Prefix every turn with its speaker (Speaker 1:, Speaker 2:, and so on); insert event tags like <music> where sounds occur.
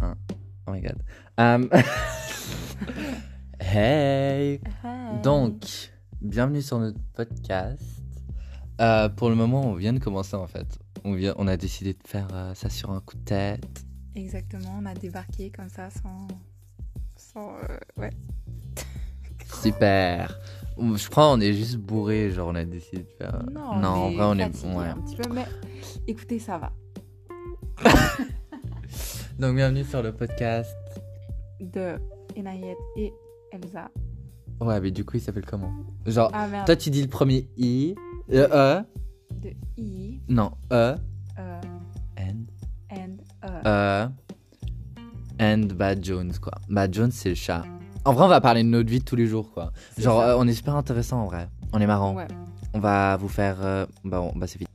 Speaker 1: Ah. Oh my god. <laughs> Um, hey.
Speaker 2: Hi.
Speaker 1: Donc, bienvenue sur notre podcast. Euh, pour le moment, on vient de commencer en fait. On, vient, on a décidé de faire euh, ça sur un coup de tête.
Speaker 2: Exactement, on a débarqué comme ça sans. sans. euh, ouais.
Speaker 1: Super. Je crois on est juste bourré, genre on a décidé de faire.
Speaker 2: Non,
Speaker 1: Euh, en vrai on est.
Speaker 2: fatigué
Speaker 1: ouais.
Speaker 2: un petit peu, mais écoutez, ça va.
Speaker 1: Donc bienvenue sur le podcast.
Speaker 2: De Enayet et Elsa.
Speaker 1: Ouais, mais du coup il s'appelle comment Genre,
Speaker 2: Ah merde,
Speaker 1: toi tu dis le premier I, le E,
Speaker 2: de I,
Speaker 1: non E,
Speaker 2: euh,
Speaker 1: N,
Speaker 2: and, euh,
Speaker 1: Euh, and Bad Jones, quoi. Bad Jones, c'est le chat. En vrai, on va parler de notre vie de tous les jours, quoi.
Speaker 2: c'est
Speaker 1: Genre,
Speaker 2: ça.
Speaker 1: euh, on est super intéressant, en vrai. On est marrant.
Speaker 2: Ouais.
Speaker 1: On va vous faire. euh, Bah, on- bah c'est fini.